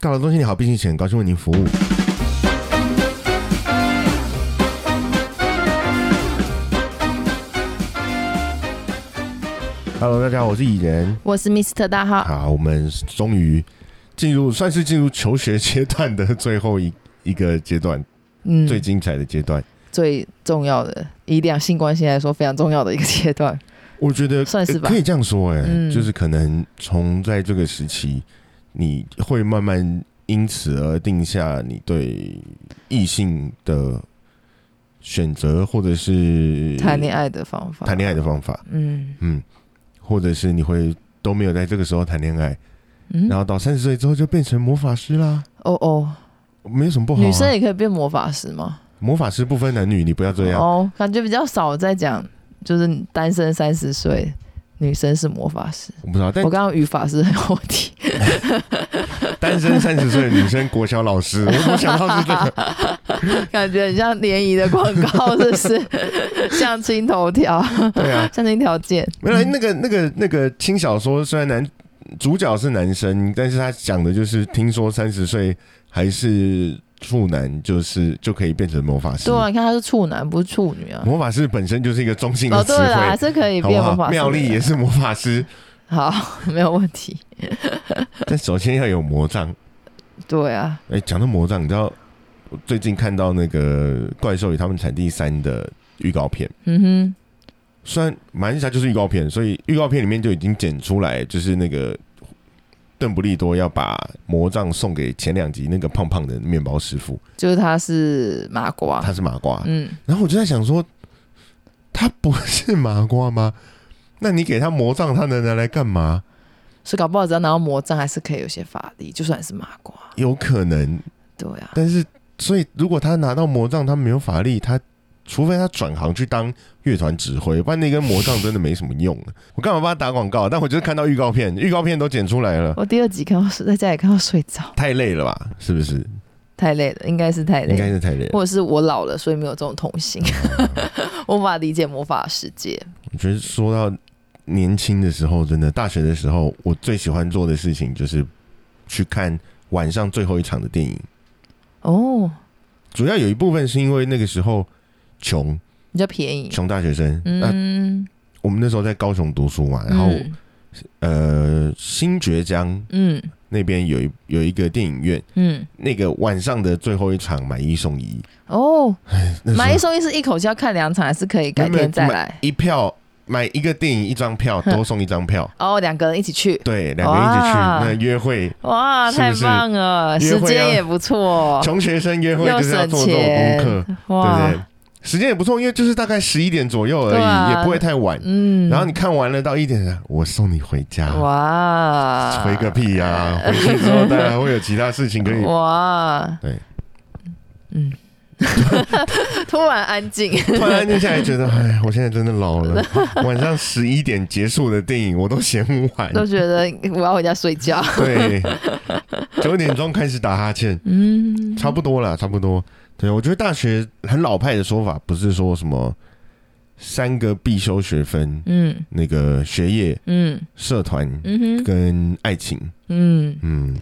大楼中心你好，毕竟险高兴为您服务。Hello，大家好，我是蚁人。我是 Mr 大号，好，我们终于进入算是进入求学阶段的最后一一个阶段，嗯，最精彩的阶段。最重要的，以两性关系来说非常重要的一个阶段，我觉得算是呃吧可以这样说、哎、嗯就是可能从在这个时期，你会慢慢因此而定下你对异性的选择，或者是谈恋爱的方法，谈恋爱的方法，嗯嗯，或者是你会都没有在这个时候谈恋爱，嗯，然后到三十岁之后就变成魔法师啦，哦哦，没有什么不好、啊。女生也可以变魔法师吗？魔法师不分男女，你不要这样。哦，感觉比较少在讲，就是单身三十岁女生是魔法师。我不知道， 但我刚刚语法是很有问题，单身三十岁的女生国小老师，我怎么想到是这 个？感觉很像联谊的广告，是不是？ 相亲头条、对啊，相亲条件，原来那个那个那个轻小说，虽然男主角是男生，但是他讲的就是听说三十岁还是处男，就是就可以变成魔法师。对啊，你看他是处男，不是处女啊。魔法师本身就是一个中性的哦，词对啦，还汇，是可以好不变魔法好？师的。妙丽也是魔法师， 好， 没有问题。但首先要有魔杖。对啊，哎、讲到魔杖，你知道我最近看到那个《怪兽与他们产地三》的预告片。嗯哼，虽然马来西亚就是预告片，所以预告片里面就已经剪出来，就是那个邓布利多要把魔杖送给前两集那个胖胖的面包师傅，就是他是麻瓜，他是麻瓜。嗯，然后我就在想说，他不是麻瓜吗？那你给他魔杖，他能拿来干嘛？所以搞不好只要拿到魔杖，还是可以有些法力，就算是麻瓜。有可能，对啊，但是所以如果他拿到魔杖，他没有法力，他除非他转行去当乐团指挥，不然那根魔杖真的没什么用。我干嘛帮他打广告？但我就是看到预告片，预告片都剪出来了。我第二集看到睡在家里看到睡着，太累了吧？是不是？太累了，应该是太应该累，是太累了。或者是我老了，所以没有这种童心，我 无法理解魔法世界。我觉得说到年轻的时候，真的大学的时候，我最喜欢做的事情就是去看晚上最后一场的电影。哦，主要有一部分是因为那个时候穷，比较便宜，穷大学生。那、嗯，我们那时候在高雄读书嘛，然后、嗯呃，新爵江嗯那边有一有一个电影院，嗯，那个晚上的最后一场买一送一，哦，那时候买一送一是一口气要看两场，还是可以改天再来？一票买一个电影一张 票，多送一张票。哦，两个人一起去，对，两个人一起去哇那约会，哇，是不太是棒了，约时会间啊也不错，穷学生约会又就是要哦省做这种功课，钱，对哇，不对？时间也不错，因为就是大概十一点左右而已，对啊也不会太晚。嗯，然后你看完了到一点，我送你回家，哇，回个屁呀、啊回去之后当然会有其他事情可以。 哇，对，嗯， 突然安静，突然安静下来，觉得哎，我现在真的老 了。晚上十一点结束的电影我都嫌晚，都觉得我要回家睡觉。对，九点钟开始打哈欠，嗯，差不多啦，差不多。对，我觉得大学很老派的说法，不是说什么三个必修学分，嗯那个学业、嗯社团嗯哼跟爱情。嗯， 嗯，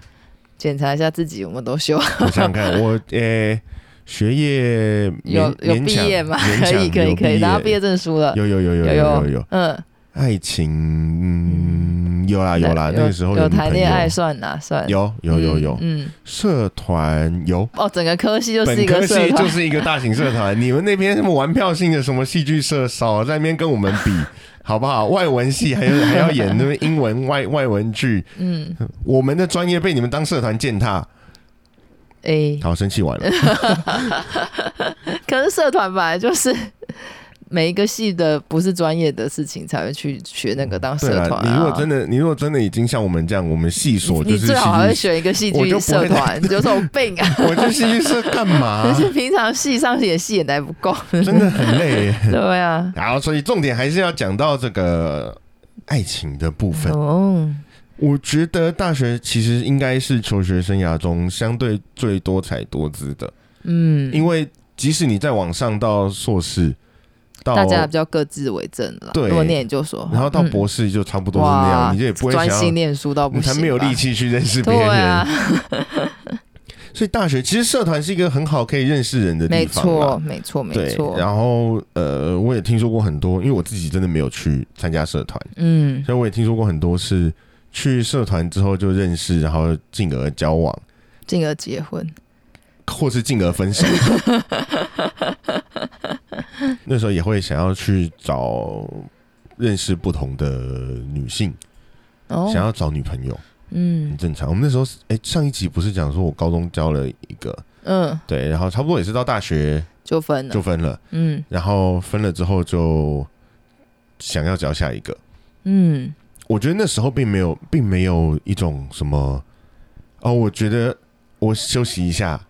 检查一下自己有没有都修，我想想看，我呃、学业有勉有勉毕强业吗？勉可强以可以有可以，拿到毕业证书了，有有有有有有有有嗯，爱情，嗯，有啦有啦，那个时候有女谈朋恋友爱算啦算，有有有有嗯，嗯社团有。哦，整个科系就是本一个科社系团就，是一个大型社 团，你们那边什么玩票性的什么戏剧社，少在那边跟我们 比，好不好？外文系还有还要演那个英文外外文剧，嗯，我们的专业被你们当社团践踏，哎，好生气完 了。啊可是社团本来就是 每一个系的不是专业的事情才会去学那个当嗯对社了团、啊，你如果真的，你如果真的已经像我们这样，我们系所你就是最好还戏会剧，选一个戏我剧就不社会啊团， 有什么病 啊？我就戏剧社干可 嘛？是平常戏上演戏演的还不够， 真的很累耶。对啊，好，所以重点还是要讲到这个爱情的部分。哦，我觉得大学其实应该是求学生涯中相对最多彩多姿的，嗯，因为即使你在往上到硕士，到大家比较各自为政了啦。对如果念研究所的话，然后到嗯博士就差不多是那哇样，你就也不会想专心要，念书到你不行才吧，没有力气去认识别对人。啊，所以大学其实社团是一个很好可以认识人的地没方啦，错，没错，没对错。然后呃，我也听说过很多，因为我自己真的没有去参加社团，嗯，所以我也听说过很多是去社团之后就认识，然后进而交往，进而结婚。或是进而分手。 那时候也会想要去找认识不同的女性，哦，想要找女朋友，很嗯正常。我们那时候是，哎、上一集不是讲说我高中交了一个，嗯，对，然后差不多也是到大学就分了就。分了，嗯然后分了之后就想要找下一个。嗯我觉得那时候并没有，并没有一种什么哦，我觉得我休息一下，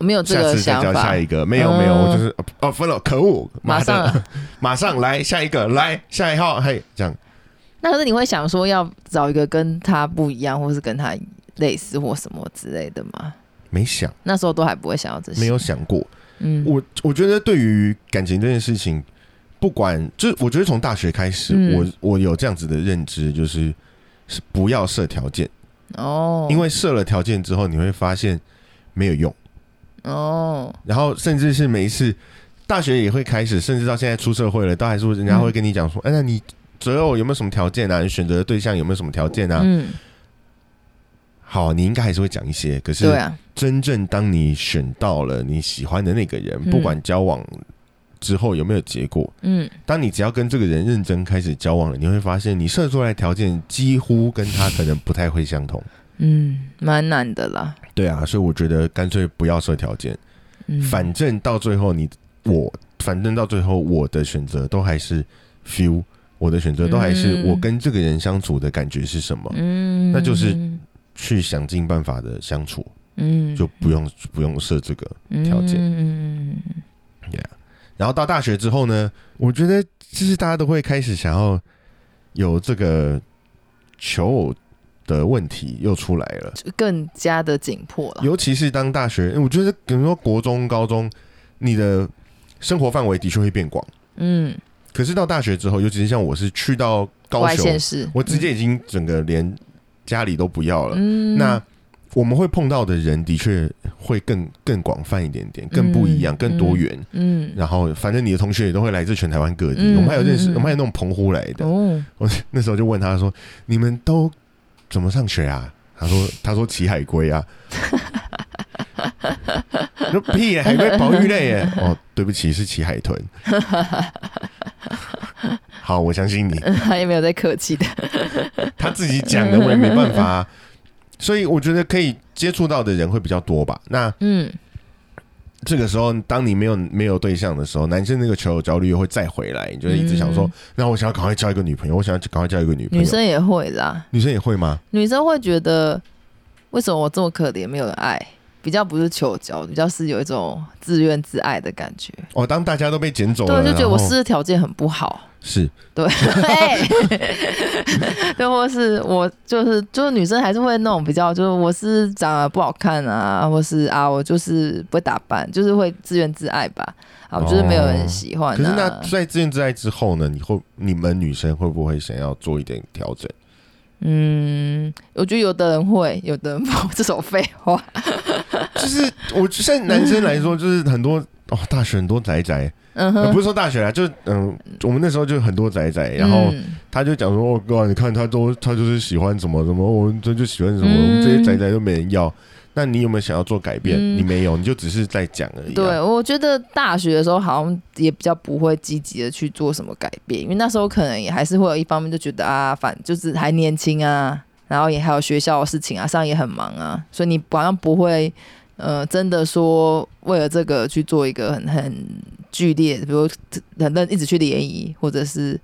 没哦有这下个次再想交法下，一个。没有没有，嗯我就是哦分了，可恶，马妈的上马上来下一个，来下一号，嘿，这样那可是你会想说要找一个跟他不一样，或是跟他类似或什么之类的吗？没想那时候都还不会想要这些。没有，想过。嗯，我我觉得对于感情这件事情，不管就是我觉得从大学开始，嗯我我有这样子的认知，就是是不要设条件，哦，因为设了条件之后，你会发现没有用。哦，然后甚至是每一次大学也会开始，甚至到现在出社会了，都还是嗯人家会跟你讲说：“哎、那你择偶有没有什么条件啊？你选择的对象有没有什么条件啊？”嗯，好，你应该还是会讲一些。可对是啊，真正当你选到了你喜欢的那个人，嗯不管交往之后有没有结果，嗯，当你只要跟这个人认真开始交往了，你会发现你设出来的条件几乎跟他可能不太会相同。嗯，蛮难的啦。对啊，所以我觉得干脆不要设条件。嗯，反正到最后你我，反正到最后我的选择都还是 few，我的选择都还是嗯我跟这个人相处的感觉是什么，嗯，那就是去想尽办法的相处，嗯，就不用不用设这个。条件嗯，嗯然后到大学之后呢，我觉得就是大家都会开始想要有这个求偶的问题又出来了，就更加的紧迫了。尤其是当大学，我觉得比如说国中、高中，你的生活范围的确会变广。嗯，可是到大学之后，尤其是像我是去到高外雄县，市，我直接已经整个连家里都不要了。嗯，那我们会碰到的人的确会更更广泛一点点，更不一样，嗯更多元。嗯，然后反正你的同学也都会来自全台湾各地，嗯我们还有认识，嗯我嗯们还有那种澎湖来的。哦，我那时候就问他说：“你们都怎么上学啊？”他说：“他说骑海龟啊。”我说屁耶、海龟保育类耶、哦，对不起，是骑海豚。好，我相信你，他也没有在客气的，他自己讲的我也没办法、啊，所以我觉得可以接触到的人会比较多吧。那 嗯这个时候，当你没有没有对象的时候，男生那个求偶焦虑又会再回来，你就会一直想说嗯，那我想要赶快交一个女朋友，我想要赶快交一个女朋女友。生也会啦，女生也会吗？女生会觉得为什么我这么可怜，没有人爱，比较不是求交，比较是有一种自怨自艾的感觉。哦，当大家都被捡走了，对，就觉得我然后试的条件很不好，是 对，哎对，或是我就是就是女生还是会那种比较，就是我是长得不好看啊，或是啊我就是不会打扮，就是会自怨自艾吧，啊，我就是没有人喜欢、啊哦可是那在自怨自艾之后呢？你会你们女生会不会想要做一点调整？嗯，我觉得有的人会，有的人不， 这种废话，就是我像男生来说，就是很多哦，大学很多宅宅，嗯呃哼，不是说大学啊，就是嗯，我们那时候就很多宅宅，然后嗯他就讲说，哦哥，你看他都他就是喜欢什么什么，我们这就喜欢什嗯么，我们这些宅宅都没人要。那你有没有想要做改变？嗯你没有，你就只是在讲而已、啊。对，我觉得大学的时候好像也比较不会积极的去做什么改变，因为那时候可能也还是会有一方面就觉得啊，反就是还年轻啊，然后也还有学校的事情啊，上也很忙啊，所以你好像不会呃真的说为了这个去做一个很很剧烈，比如很认一直去联谊，或者是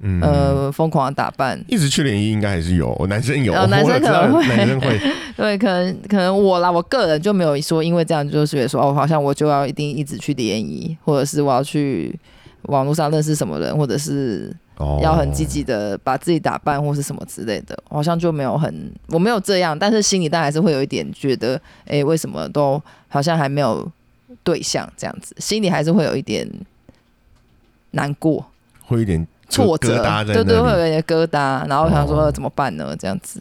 嗯，呃疯狂的打扮，一直去联谊应该还是有，男生有，哦我男生知道可能会男生会，对，可能可能我啦，我个人就没有说因为这样就是觉得说哦，好像我就要一定一直去联谊，或者是我要去网络上认识什么人，或者是哦 要很积极的把自己打扮或是什么之类的，好像就没有很我没有这样，但是心里当然还是会有一点觉得，哎、为什么都好像还没有对象这样子，心里还是会有一点难过。哦会有一点挫疙折疙瘩，在对对，会那里。有一点疙瘩，然后想说哦怎么办呢？这样子，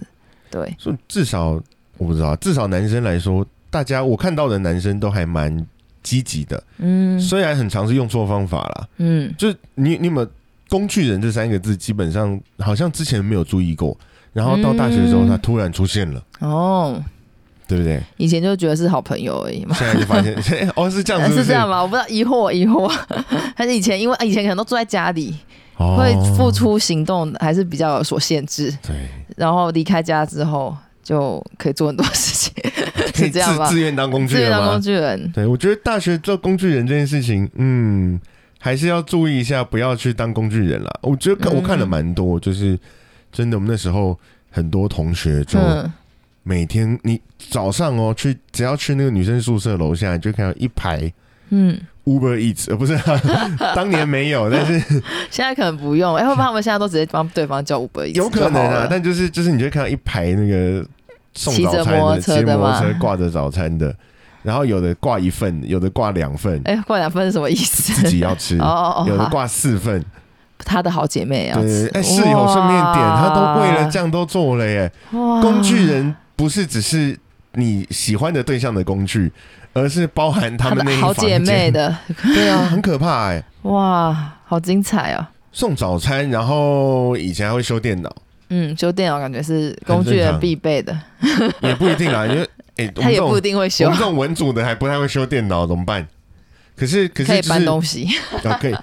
对，所以至少我不知道，至少男生来说，大家我看到的男生都还蛮积极的，嗯虽然很常是用错方法啦，嗯，就是你你们工具人这三个字，基本上好像之前没有注意过，然后到大学的时候，嗯他突然出现了，哦，对不 对？以前就觉得是好朋友而已嘛，现在就发现，现在 哦，是这样， 是是不这样吧？我不知道，疑惑疑惑，还是以前因为以前可能都住在家里，哦会付出行动还是比较有所限制，对，然后离开家之后就可以做很多事情， 是这样吧自自愿当工具自人愿当吗工？具人。对，我觉得大学做工具人这件事情，嗯，还是要注意一下，不要去当工具人啦。我觉得看、嗯我看了蛮多，就是真的，我们那时候很多同学就嗯，每天，你早上哦去，只要去那个女生宿舍楼下，你就看到一排嗯， Uber Eats，呃，不是、当年没有，但 是现在可能不用，哎、会不会他们现在都直接帮对方叫五百？有可能啊。但就是就是，你就看到一排那个送骑着早餐摩托的，车骑的摩托车嘛挂着早餐的，然后有的挂一份，有的挂两份，哎、过两分是什么意思？。自己要吃 哦哦有哦，的好挂四份，他的好姐妹也要对吃，，哎，室友顺便点，哇他都为了这样都做了耶。哇工具人不是只是你喜欢的对象的工具，而是包含他他们那的一好姐房间妹的，对啊，很可怕哎、哇，好精彩哦！送早餐，然后以前还会修电脑，嗯，修电脑感觉是工具很正人常必备的， 也不一定啦，因为哎、我 他们这也种不一定会修我们，这种文组的还不太会修电脑，怎么办？可是可可是以就是搬东西，啊 可以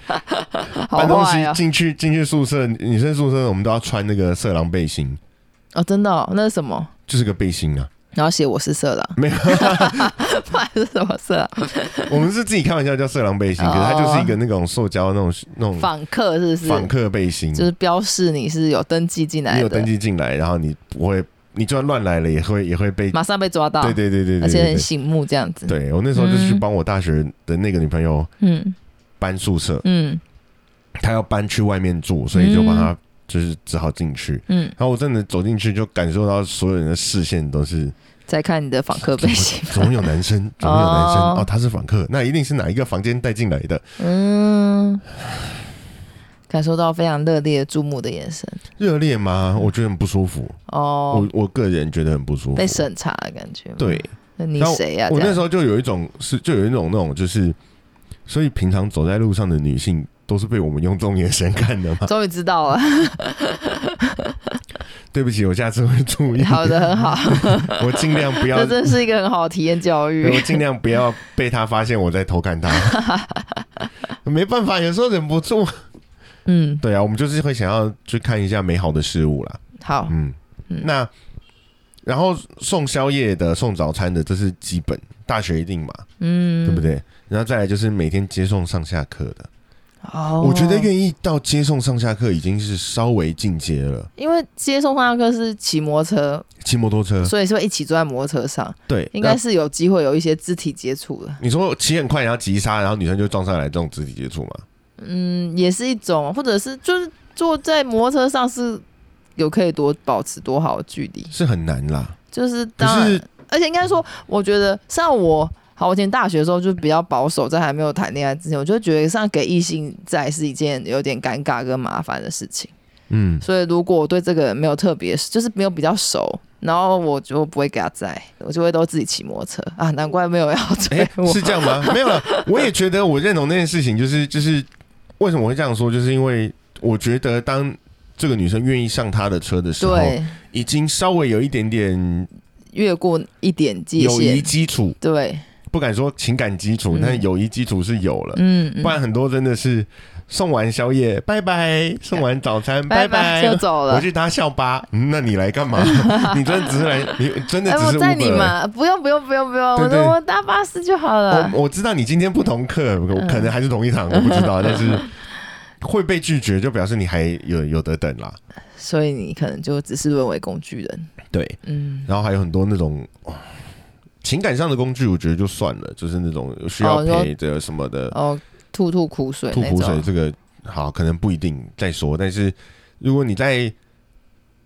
好搬东坏西哦！进去进去宿舍，女生宿舍我们都要穿那个色狼背心，哦，真的、哦，那是什么？就是个背心啊， 然后写我是色 狼，没有，不然是什么色狼？我们是自己开玩笑叫色狼背哦心，可是它就是一个那种塑胶那种那种访客是不是？访客背心，就是标示你是有登记进你来有登的，记进来，然后你不会，你就算乱来了也会也会被，马上被抓到，对对对对对，而且很对醒目这样子。对我那时候就是去嗯帮我大学的那个女朋友嗯搬宿舍，嗯她要搬去外面住，所以就帮她就是只好进去。嗯，然后我真的走进去，就感受到所有人的视线都是再看你的访客背景。总有男生，总有男生哦哦，他是访客，那一定是哪一个房间带进来的？ 嗯，感受到非常热烈注目的眼神。热烈吗？我觉得很不舒服，嗯哦，我我个人觉得很不舒服。被嗯审查的感觉。对，，那你然后谁呀、啊我这那样时候就有一种是，就有一种那种就是，所以平常走在路上的女性都是被我们用这种眼神看的吗？ 终于 知道了，对不起，我下次会注意，好的，很好，我尽量不要这，真是一个很好的体验教我育。尽量不要被他发现我在偷看他。 没办法，有时候忍不住。嗯，对啊，我们就是会想要去看一下美好的事物啦。好，嗯，嗯那然后送宵夜的、送早餐的，这是基本，大学一定嘛，嗯，对不？对？然后再来就是每天接送上下课的，哦，我觉得愿意到接送上下课已经是稍微进阶了。因为接送上下课是骑摩托车，骑摩托车，所以是会一起坐在摩托车上，对，应该那是有机会有一些肢体接触的。你说骑很快，然后急刹，然后女生就撞上来，这种肢体接触嘛？嗯，也是一种，或者是就是坐在摩托车上是有可以多保持多好的距离。是很难啦。就是当可然是，而且应该说，我觉得像我，好，我以前大学的时候就比较保守，在还没有谈恋爱之前，我就觉得像给异性在是一件有点尴尬跟麻烦的事情。嗯，所以如果我对这个人没有特别，就是没有比较熟，然后我就不会给他在，我就会都自己骑摩托车啊，难怪没有要哎追 我。，是这样吗？没有了，我也觉得我认同那件事情，就是就是为什么我会这样说，就是因为我觉得当这个女生愿意上他的车的时候，对，已经稍微有一点点越过一点界友谊限，基础，对，不敢说情感基础，嗯但友谊基础是有了。嗯，嗯不然很多真的是送完宵夜拜拜，送完早餐拜拜，就走了我。去搭校巴。嗯，那你来干 嘛？你真的只是来，你真的哎，只我是 Uber 载你嘛，不用不用不用不用，对我对我搭巴士就好了。我我知道你今天不同课，我呃嗯可能还是同一堂，我不知 道，但是会被拒绝，就表示你还有有得等啦。所以你可能就只是沦为工具人。对，嗯，然后还有很多那种。哇情感上的工具，我觉得就算了，就是那种需哦要你说陪着什么的，哦，吐吐苦水吐那种，苦水这个好，可能不一定再说。但是如果你在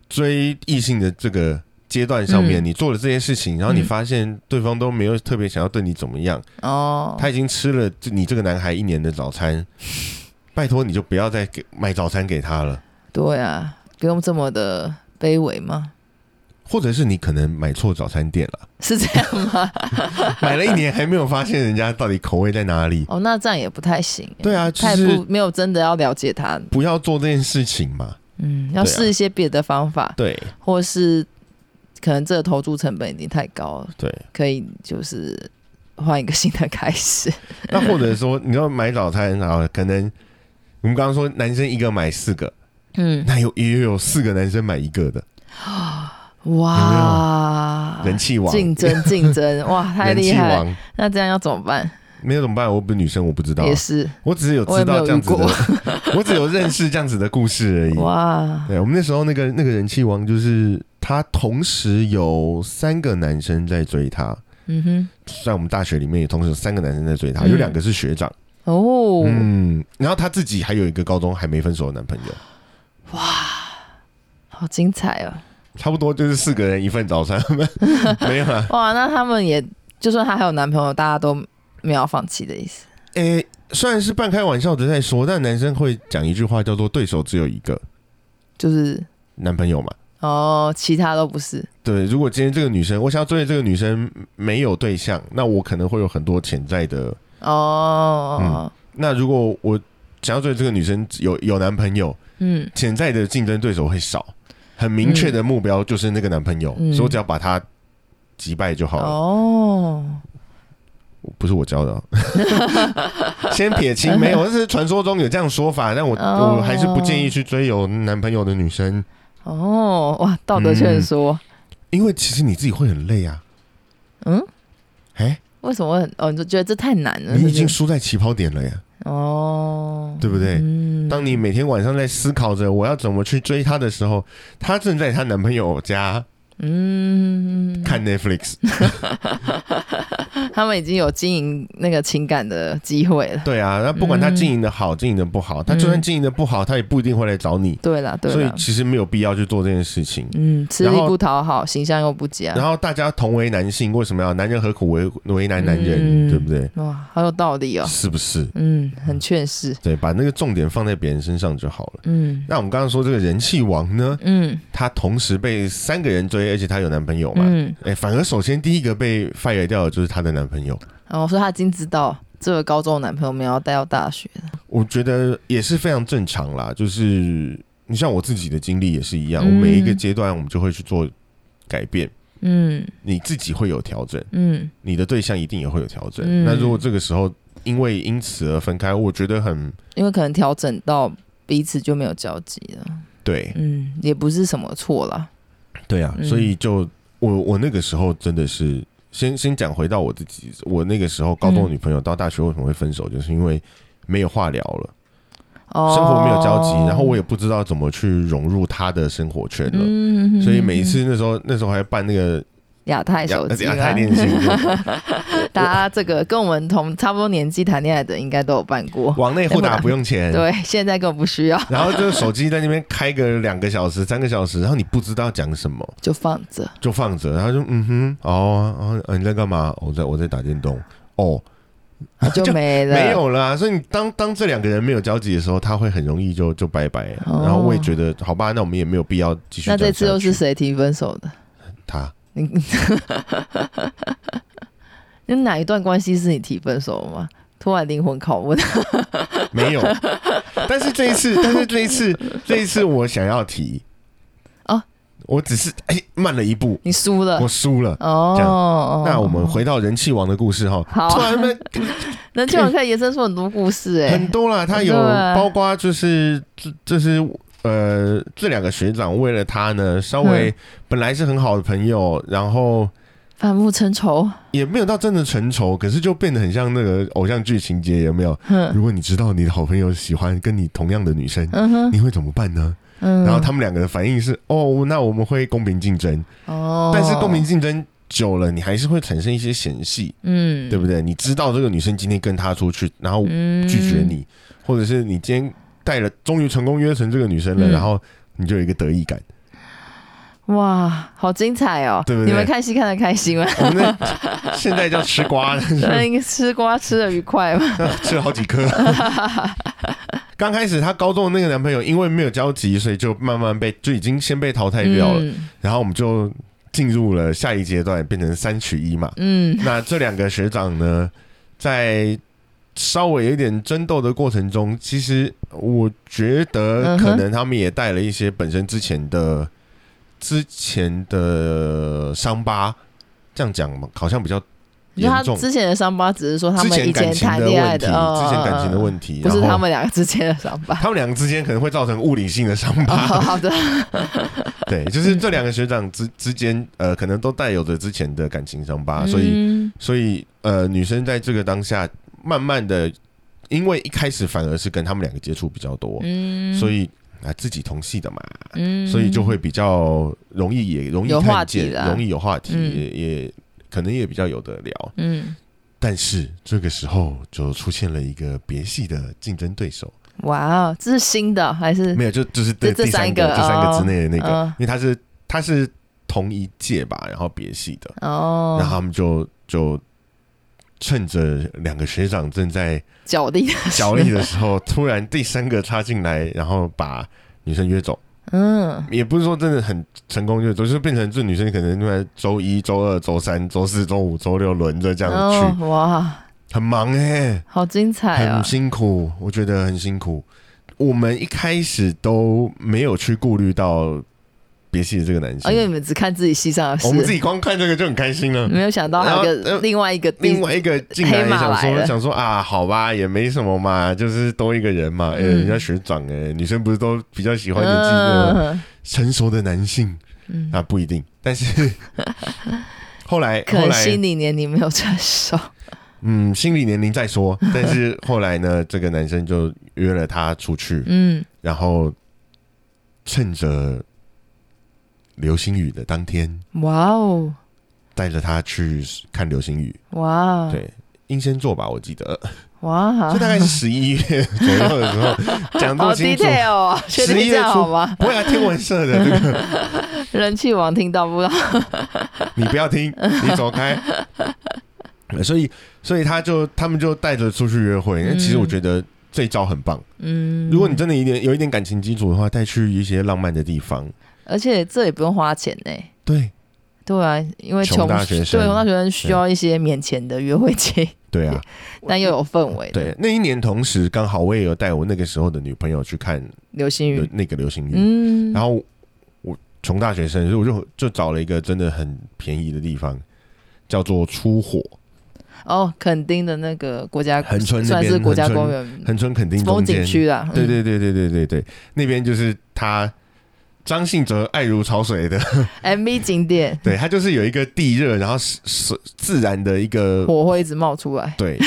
追异性的这个阶段上面，嗯你做了这些事情，然后你嗯发现对方都没有特别想要对你怎么样，哦，他已经吃了这你这个男孩一年的早餐， 拜托你就不要再给买早餐给他了。对啊，不用这么的卑微吗？或者是你可能买错早餐店 了，是这样吗？买了一年还没有发现人家到底口味在哪 里。哦，那这样也不太行，对啊，就太不是没有真的要了解他，不要做这件事情嘛。嗯，要对啊试一些别的方法，对或是可能这个投注成本已经太高了，对，可以就是换一个新的 开始。 那或者说你要买早餐，然后可能我们刚刚说男生一个买四个，嗯，那有也有四个男生买一个的哇，人气王，啊竞争 竞争，哇，太人厉气害！王，那这样要怎么办？没有怎么办？我不是女生，我不知道啊也，是我只是有我知也没道有这样遇子过的，我只有认识这样子的故事而已。 哇，对，我们那时候那个那个人气王，就是他同时有三个男生在追他，嗯哼，在我们大学里面也同时有三个男生在追他，嗯有两个是学长，哦，嗯，然后他自己还有一个高中还没分手的男朋友，好精彩哦！差不多就是四个人一份早餐， 没有啊啦，哇，那他们也就算她还有男朋友，大家都没有要放弃的意思。 诶、虽然是半开玩笑的在说，但男生会讲一句话叫做“对手只有一个就是男朋友”嘛。哦，其他都不是。对，如果今天这个女生，我想要追的这个女生没有对象，那我可能会有很多潜在的嗯哦，那如果我想要追这个女生有有男朋友，嗯潜在的竞争对手会少，很明确的目标就是那个男朋友，嗯所以我只要把他击败就好了。哦，不是我教 的、啊，先撇清，没有，这是传说中有这样说法，但我、哦我还是不建议去追有男朋友的女生，哦，哇，道德劝说，因为其实你自己会很累啊。嗯哎、为什么会很？哦，你就嗯觉得这太难了？你已是经不是输在起跑点了呀，哦，对不对？嗯当你每天晚上在思考着我要怎么去追她的时候，她正在她男朋友家嗯，看 Netflix，他们已经有经营那个情感的机会了。 对啊，那不管他嗯经营的好，经营的不好，他就算经营的不好，他也不一定会来找你，对啦，对所以啦，其实没有必要去做这件事情。嗯，吃力然后不讨好，形象又不佳。然后大家同为男性，为什么要男人何苦为为难男人，嗯对不对？哇，好有道理哦。是不是？嗯，很劝世。对，把那个重点放在别人身上就好了。嗯那我们刚刚说这个人气王呢，嗯他同时被三个人追，而且他有男朋友嘛？嗯，哎、反而首先第一个被 fire 掉的就是她的男朋友，然后说哦他已经知道这个高中的男朋友没有要带到大学了。我觉得也是非常正常啦。就是你像我自己的经历也是一样，嗯我每一个阶段我们就会去做改变。嗯你自己会有调整，嗯你的对象一定也会有调整。嗯那如果这个时候因为因此而分开，我觉得很因为可能调整到彼此就没有交集了。对，嗯，也不是什么错啦。对啊，嗯所以就我我那个时候真的是先先讲回到我自己，我那个时候高中的女朋友到大学为什么会分手，就是因为没有话聊了，哦，生活没有交集，然后我也不知道怎么去融入她的生活圈了。嗯所以每一次那时候，那时候还办那个亚太亚手机亚啦太 电信，大家这个跟我们同差不多年纪谈恋爱的，应该都有办 过。往内互打不用钱， 对，现在根本不需要，然后就是手机在那边开个两个小时、三个小时，然后你不知道讲什么，就放 着。就放着，然后就嗯哼，哦，哦，你在干嘛？我在我在打电动，哦，就没了，没有啦，所以你当当这两个人没有交集的时候，他会很容易就就拜拜。啊哦然后我也觉得，好吧，那我们也没有必要继续那样下去。这次又是谁提分手的？他，你，你哪一段关系是你提分手的吗？突然灵魂拷问，没有。但是这一 次，但是这一次，这一次我想要提哦，我只是哎、慢了一步，你输了我输了。这样哦。那我们回到人气王的故事哈，好突然们那这样可以延伸出很多故事哎、很多啦，他有对啊包括就是这这是呃这两个学长为了他呢，稍微嗯本来是很好的朋友，然后反目成仇。也没有到真的成仇，可是就变得很像那个偶像剧情节，有没有？哼，如果你知道你的好朋友喜欢跟你同样的女生，嗯哼，你会怎么办呢？嗯。然后他们两个的反应是：哦，那我们会公平竞争，哦，但是公平，竞争。久了，你还是会产生一些嫌隙，嗯，对不对？你知道这个女生今天跟他出去，然后嗯，拒绝你，或者是你今天带了，终于成功约成这个女生了，嗯然后你就有一个得意感。哇，好精彩哦！对不对你们看戏看得开心吗？我们 那现在叫吃瓜，但是应该吃瓜吃的愉快吧？吃了好几 颗。刚开始她高中的那个男朋友，因为没有交集，所以就慢慢被就已经先被淘汰掉了。嗯然后我们就进入了下一阶段，变成三取一嘛。 嗯，那这两个学长呢，在稍微有一点争斗的过程中，其实我觉得嗯哼可能他们也带了一些本身之前的之前的伤疤，这样讲嘛，好像比较你说他严重。之前的伤疤只是说他之们以前感情谈的恋爱问题，的，哦之前感情的嗯问题，嗯不是然后他们两个之间的伤 疤。他们两个之间可能会造成物理性的伤哦，疤。好的，对，就是这两个学长之之间，呃，可能都带有着之前的感情伤疤，所以嗯所以呃，女生在这个当下，慢慢的，因为一开始反而是跟他们两个接触比较多，嗯所以啊、自己同系的嘛，嗯所以就会比较容易也容易有话看题见，啦容易有话题，嗯也也可能也比较有得聊。嗯，但是这个时候就出现了一个别系的竞争对手，哇哦，这是新的还是没有，就就是对嗯这第三个这三个这三个之内的那个，哦因为他是他是同一届吧，然后别系的，哦然后他们就就趁着两个学长正在角力的 时候角力的时候，突然第三个插进来，然后把女生约走，嗯也不是说真的很成功约走，就是变成这女生可能在周一周二周三周四周五周六轮着这样去，哦哇，很忙哎、好精彩啊很！辛苦，我觉得很辛苦。我们一开始都没有去顾虑到别系的这个男哦，因为性，你们只看自己戏上的事，哦我们自己光看这个就很开心了。没有想到还有一然后个呃另外一个另外一个进来也想黑马来说了想说啊，好吧，也没什么嘛，就是多一个人嘛，哎、嗯人家学长哎、女生不是都比较喜欢年纪的嗯成熟的男性嗯，啊，不一定，但 是后来可后能来心理年龄没有成熟，嗯，心理年龄再说，但是后来呢，这个男生就约了她出去，嗯然后趁着流星雨的当天，哇哦带着她去看流星雨，哇对，英仙座吧，我记得。 哇就，大概是十一月左右的时候，讲得好多清楚。 detail 哦，确定11这月样初好吗？不会啊，天文社的这个人气王听到不到？你不要 听，你走开。呃所以，所以他就他们就带着出去约会。那其实我觉得这一招很棒。嗯，如果你真的一点有一点感情基础的话，带去一些浪漫的地方。而且这也不用花钱呢、对对啊，因为穷穷大学生对穷大学生需要一些免钱的约会期，对啊，但又有氛围。对。那一年同时刚好我也有带我那个时候的女朋友去看流星流雨，那个流星雨，嗯，然后我穷大学生，所以我就就找了一个真的很便宜的地方，叫做出火。哦，垦丁的那个国家恒春那算边是国家恒春公园恒春垦丁中风间景，区啦，嗯对对对对对对对，那边就是他张信哲爱如潮水的， ，MV 景点对他就是有一个地热，然后是是自然的一个火会一直冒出来， 对，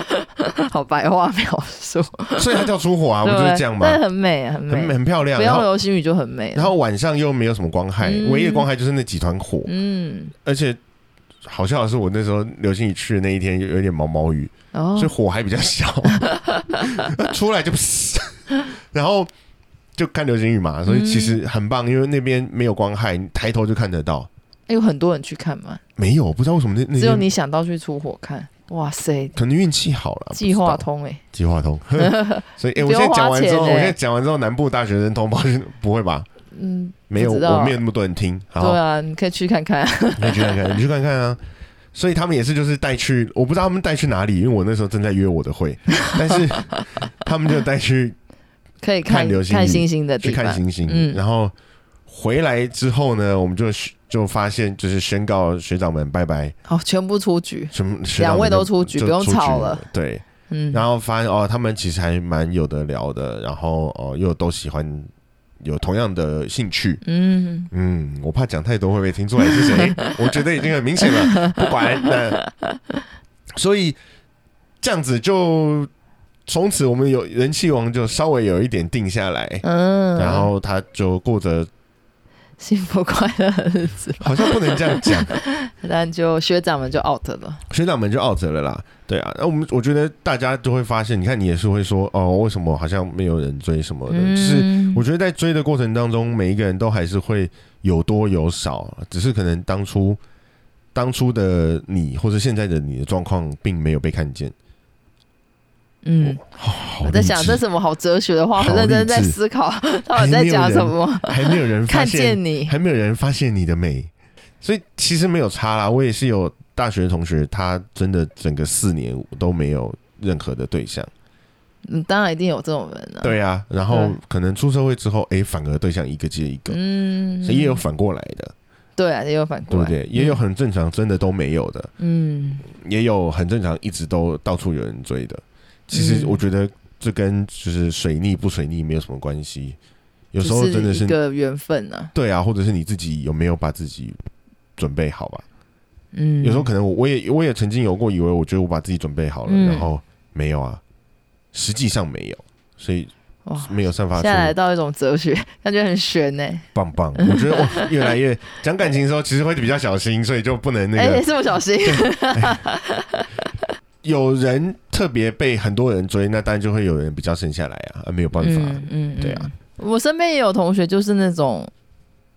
好白话描述，所以它叫出火 啊，不对就不对是这样嘛但，是很美啊，很很美，很漂亮，不然用后流星雨就很美了。然后晚上又没有什么光害，嗯唯一的光害就是那几团火，嗯，而且。好笑的是，我那时候流星雨去的那一天有有点毛毛雨，哦所以，火还比较小， 出来就， 然后就看流星雨嘛，所以其实很棒，因为那边没有光害，你抬头就看得到。哎有很多人去看嘛，没有，不知道为什么那那只有天你想到去出火看，哇塞，可能运气好了，计划啊不知道通哎，计划 通。所以，哎、不我现用在讲完之后，花钱欸我现在讲完之后，南部大学生同胞是 不会吧？嗯，没有，不知道啊我没有那么多人听。对好，啊，你可以去看看，你去看看，你去看看啊。所以他们也是，就是带去，我不知道他们带去哪里，因为我那时候正在约我的会，但是他们就带去可以看看流星雨看星星的去地看方，星星，嗯然后回来之后呢，我们就就发现就是宣告学长们拜拜，好，全部出局，什么学长两们位都出局，就不用出局吵了，，对，嗯，然后发现哦，他们其实还蛮有的聊的，然后哦又都喜欢有同样的兴趣。嗯。嗯，我怕讲太多会被听出来是 谁，我觉得已经很明显了。不管那，所以这样子就从此我们有人气王就稍微有一点定下来，嗯，然后他就过着幸福快乐 的日子，好像不能这样 讲，但就学长们就 out 了。学长们就 out 了啦。对啊，那我们我觉得大家就会发现，你看你也是会说哦，为什么好像没有人追什么嗯的？就是我觉得在追的过程当中，每一个人都还是会有多有少，啊只是可能当初当初的你或者现在的你的状况并没有被看见。嗯，好我在想励志这什么好哲学的话，好我励认真志哎在思考到底在讲什么。还没有人发看现，见你，还没有人发现你的美。所以其实没有差啦。我也是有大学同学，他真的整个四年都没有任何的对象。嗯，当然一定有这种人啊。，对啊，然后对可能出社会之后，哎、反而对象一个接一个，嗯，也有反过来的，对啊，也有反对过不来，对？也有很正常，真的都没有的，嗯，也有很正常，一直都到处有人追的。其实嗯我觉得这跟就是水逆不水逆没有什么关系，有有时候真的是一个缘分啊。对啊，或者是你自己有没有把自己准备好吧？嗯，有时候可能我我也我也曾经有过以为我觉得我把自己准备好了，嗯然后没有啊，实际上没有，所以哇，没有散发现出在来到一种哲学，感觉很玄呢、棒棒。我觉得我越来越讲感情的时候，其实会比较小心，所以就不能那哎、个。这么小心，有人特别被很多人追，那当然就会有人比较剩下来啊，啊没有办法。嗯嗯对啊。嗯我身边也有同学就是那种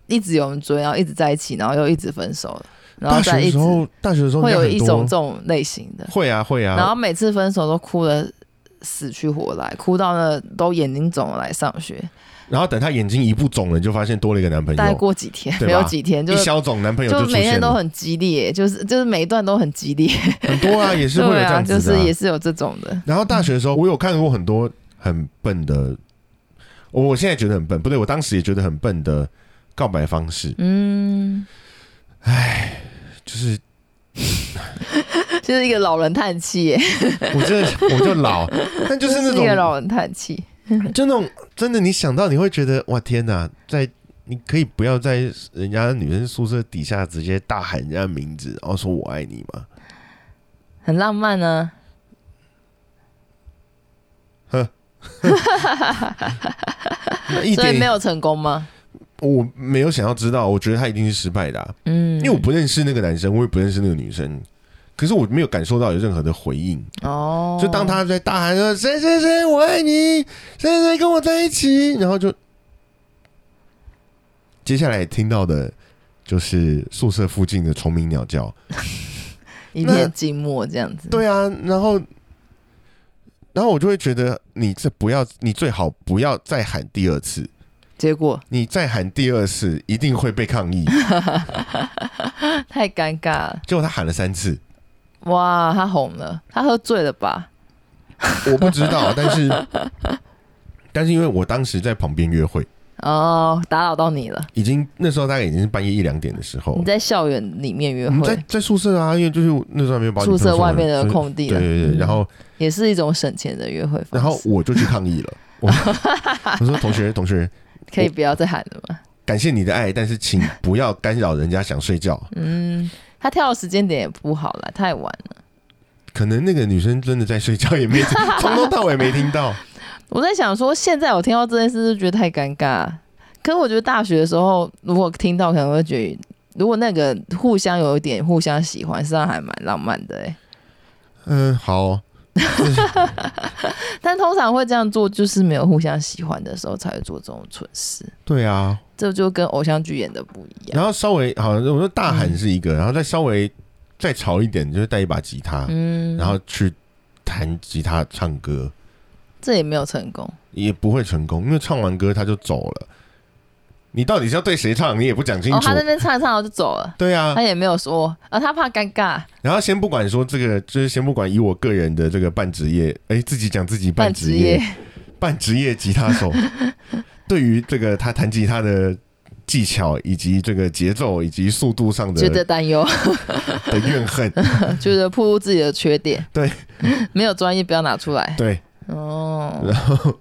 一直有人追，然后一直在一起，然后又一直分手了，然后大学再的一时直候，大学的时候会有应该一很多种这种类型的，会啊会然啊后，每次分手都哭的死去活来，哭到那都眼睛肿了来上学。然后等他眼睛一不肿了，你就发现多了一个男朋大概友，过几天，对吧没有几天，就一是消肿男朋友就就出每现天都了，很激烈，就是就是每一段都很 激烈，很多啊，也是会有对这啊，样子的就啊、是也是有这种的，然后大学的时候，我有看过很多很笨的，我我现在觉得很笨，不对，我当时也觉得很笨的告白方式，嗯，就是就是一个老人叹气耶， 我真的我就老，但就是那一个种老人叹气，就那种真的，你想到你会觉得哇天哪，在你可以不要在人家女生宿舍底下直接大喊人家名字，然后说我爱你吗？很浪漫啊呢、那一啊，所以没点有成功吗？我没有想要知道，我觉得他一定是失败的啊、嗯，因为我不认识那个男生，我也不认识那个女生，可是我没有感受到有任何的回应。哦，就当他在大喊说“谁谁谁我爱你，谁谁跟我在一起”，然后就接下来听到的就是宿舍附近的虫鸣鸟叫。一片静默这样子，对啊，然后然后我就会觉得你这不要，你最好不要再喊第二次，结果你再喊第二次一定会被抗议。太尴尬了，结果他喊了三次，哇，他红了，他喝醉了吧？我不知道， 但是但是因为我当时在旁边约会，哦，打扰到你了，已经那时候大概已经是半夜一两点的时候你，在校园里面约我们哦在会，在宿舍啊，因为就是那时候还没有把宿舍外面的空地对了，对对，嗯然后也是一种省钱的约会方然后式我就去抗议了，我我说同学同学，可以不要再喊了吗？感谢你的爱，但是请不要干扰人家想睡觉。嗯，他跳的时间点也不好了，太晚了。可能那个女生真的在睡觉，也没 从头到尾没听到。我在想说，现在我听到这件事就觉得太尴尬。可是我觉得大学的时候，如果听到可能会觉得，如果那个互相有一点互相喜欢，实际上还蛮浪漫的哎、嗯，好，但通常会这样做，就是没有互相喜欢的时候才会做这种蠢事，对啊。这就跟偶像剧演的不一样。然后稍微好，我说大嗯喊是一个，然后再稍微再吵一点，就是带一把吉他，嗯，然后去弹吉他唱歌，这也没有成功，也不会成功，因为唱完歌他就走了。你到底是要对谁唱，你也不讲清哦，楚。他在那边唱一唱然后就走了，对啊他，也没有说，啊，他怕尴尬，然后先不管说这个，就是先不管以我个人的这个半职业，哎，自己讲自己半半职职业业，，半职业吉他 手，对于这个他弹吉他的技巧以及这个节奏以及速度上觉的得担忧。的怨 恨，觉得暴露自己的缺点， 对，没有专业不要拿出来。对，哦然，后。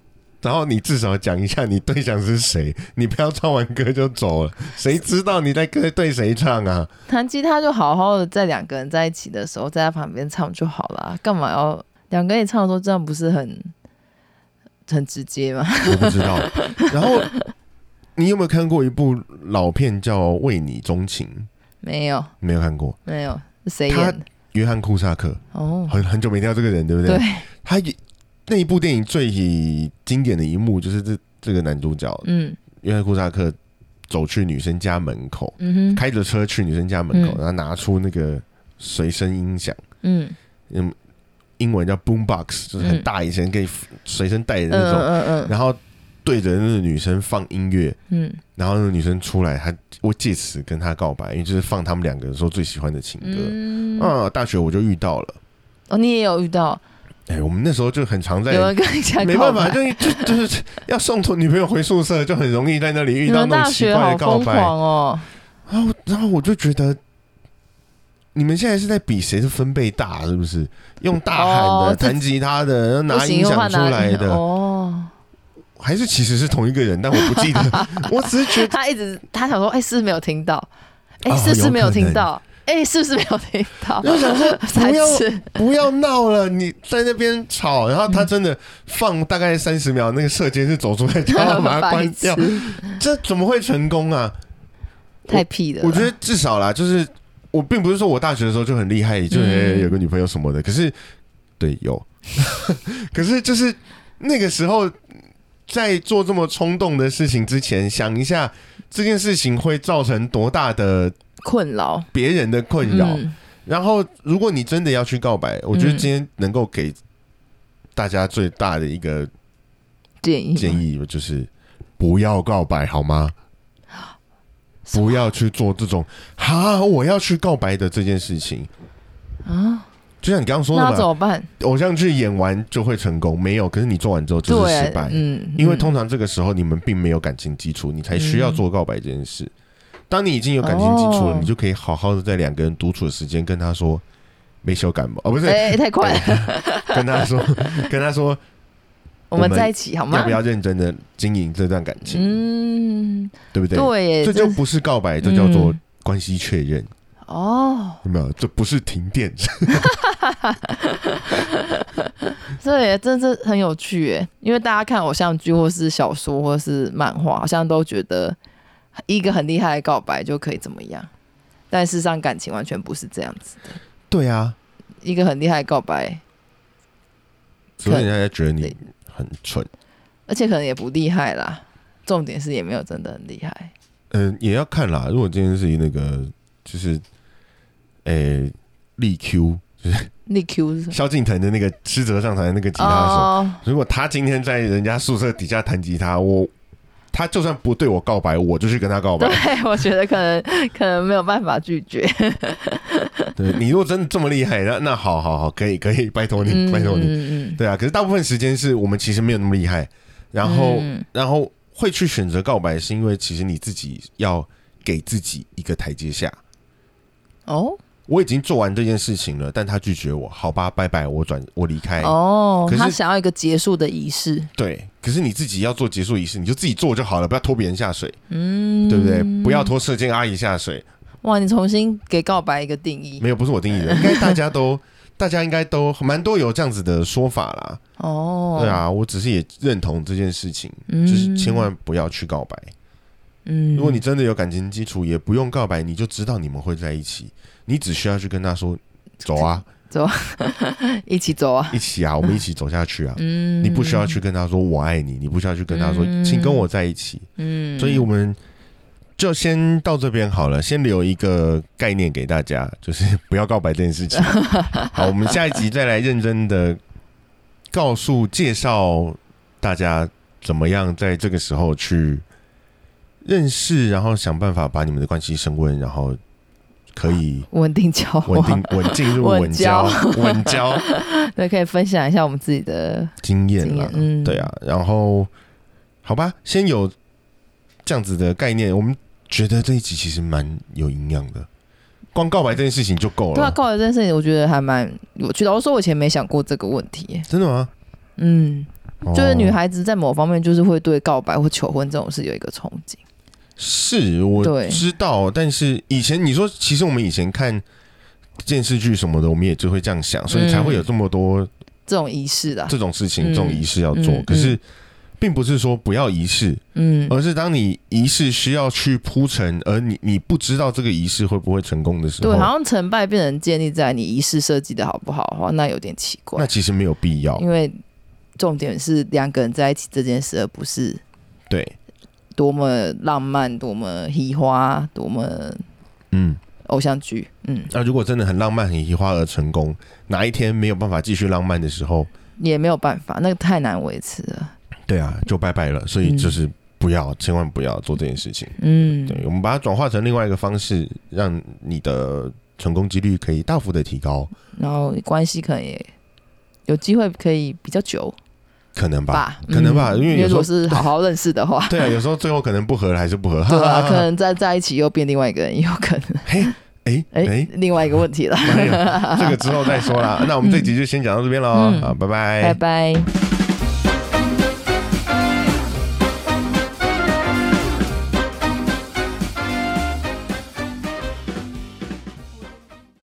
然后你至少讲一下你对象是谁，你不要唱完歌就走了，谁知道你在跟对谁唱啊？弹吉他就好好的在两个人在一起的时候，在他旁边唱就好了，干嘛要两个人一起唱的时候这样不是很很直接吗？ 我不知道。然后你有没有看过一部老片叫《为你钟情》？没有，没有看过，没有，是谁他演的？约翰库萨克，哦，很很久没听到这个人，对不对？对，他也那一部电影最经典的一幕就是这这个男主角嗯约翰库萨克走去女生家门口，嗯哼，开着车去女生家门口，然嗯后拿出那个随身音响，嗯嗯，英文叫 boom box，就是很大以前可以随身带的嗯那种，嗯嗯嗯，然后对着那个女生放音乐，嗯然后那个女生出来，他我借此跟她告白，因为就是放他们两个人说最喜欢的情歌。嗯，啊，大学我就遇到了，哦，你也有遇到哎、我们那时候就很常在有人跟你讲，没办法，就就就是要送女朋友回宿舍，就很容易在那里遇你到们那大种奇学怪好的告疯白。狂哦，然后，然后我就觉得，你们现在是在比谁是分贝大，是不是？用大喊的、哦这弹吉他的、然后不拿行，音又响怕出拿来的，哦。还是其实是同一个人，但我不记 得，我只是觉得。他一直他想说，哎、是不是没有听到？哎、哦是不有是没有可听能到？哎、是不是没有听到？就想 说三不要次，不要闹了，你在那边吵，然后他真的放大概三十秒，那个射箭是走出来，然后把它 白关痴掉，这怎么会成功啊？太屁了啦。我觉得至少啦，就是我并不是说我大学的时候就很厉害，就是哎嗯有个女朋友什么的。可是，对，有， 可是就是那个时候在做这么冲动的事情之前，想一下这件事情会造成多大的困扰，别人的困扰。嗯然后，如果你真的要去告白，我觉得嗯今天能够给大家最大的一个建议建议就是。不要告白好吗？什么不要去做这种哈，我要去告白的这件事情。啊，就像你刚刚说的那要怎嘛，么办？偶像剧演完就会成功，没有，可是你做完之后就是对失，败，嗯，因为嗯通常这个时候你们并没有感情基础，你才需要做告白这件事。当你已经有感情基础了，哦你就可以好好的在两个人独处的时间跟他说没修感冒，哦，不是，哎、太快了，跟他说，跟他 说我我们们在一起好吗？要不要认真的经营这段感情，嗯，对不对？对耶，这就不是告白，这叫做嗯关系确认，哦，有没有？这不是停电， 这也真是很有趣耶，因为大家看偶像剧或是小说或是漫画，好像都觉得一个很厉害的告白就可以怎么样，但事实上感情完全不是这样子的。对啊，一个很厉害的告白，所以人家觉得你很蠢。而且可能也不厉害啦。重点是也没有真的很厉害。嗯，也要看啦。如果这件事情那个就是，诶、力 Q 力 Q 是什么？萧敬腾的那个狮子和上台的那个吉他手，哦，如果他今天在人家宿舍底下弹吉他，我他就算不对我告白，我就去跟他告白对。， 我觉得可能可能没有办法拒 绝。对你如果真的这么厉害，那那好好好，可以可以，拜托你，嗯拜托你。嗯嗯对啊，可是大部分时间是我们其实没有那么厉害，然后、嗯然后会去选择告白，是因为其实你自己要给自己一个台阶下。哦我已经做完这件事情了，但他拒绝我，好吧，拜拜，我转我离开。哦哎可，是他想要一个结束的仪式，对，可是你自己要做结束仪式，你就自己做就好了，不要拖别人下水，嗯，对不对？不要拖射箭阿姨下水，哇！你重新给告白一个定义没有，不是我定义哎的，应该大家都， 大家应该都蛮多有这样子的说法啦。哦，对，啊，我只是也认同这件事情，嗯就是千万不要去告白。嗯，如果你真的有感情基础，也不用告白，你就知道你们会在一起，你只需要去跟他说，走啊，嗯一起走啊，一起啊，我们一起走下去啊。嗯，你不需要去跟他说我爱你，你不需要去跟他说嗯请跟我在一起。嗯，所以我们就先到这边好了，先留一个概念给大家， 就是不要告白这件事 情。好，我们下一集再来认真的告诉介绍大家怎么样在这个时候去认识，然后想办法把你们的关系升温，然后可以。稳定交稳往，定稳进入稳稳交稳交 对，可以分享一下我们自己的经验经啦验，，嗯，对，啊，然后好吧，先有这样子的概念，我们觉得这一集其实蛮有营养的，光告白这件事情就够对啊，了。告白这件事情，我觉得还蛮有趣的。我说我以前没想过这个问题耶，真的吗？嗯， 就是哦女孩子在某方面就是会对告白或求婚这种事有一个憧憬，是我对知道，但是以前你说，其实我们以前看电视剧什么的，我们也就会这样嗯想，所以才会有这么多这种仪式的啊，这种事情、嗯这种仪式要做。嗯可是，并不是说不要仪式，嗯，而是当你仪式需要去铺陈，而你你不知道这个仪式会不会成功的时候，对，好像成败变成建立在你仪式设计的好不好的话，那有点奇那怪，其实没有必要。因为重点是两个人在一起这件事，而不是对，多么浪漫，多么喜花，多么嗯，偶像剧，嗯，那如果真的很浪漫、很移花而成功，哪一天没有办法继续浪漫的时候，也没有办法，那个太难维持了。对啊，就拜拜了。所以就是不要，千万不要做这件事情。嗯，对，我们把它转化成另外一个方式，让你的成功几率可以大幅的提高，然后关系可能也有机会可以比较久可能吧？吧，可能吧嗯因为有时候如果是好好认识的话， 对啊，有时候最后可能不合还是不合， 对哈啊， 哈哈可能再在一起又变另外一个人，也有可能，嘿，哎哎、哎，另外一个问题了，哎呦这个之后再说啦。那我们这集就先讲到这边喽，嗯好，拜拜拜。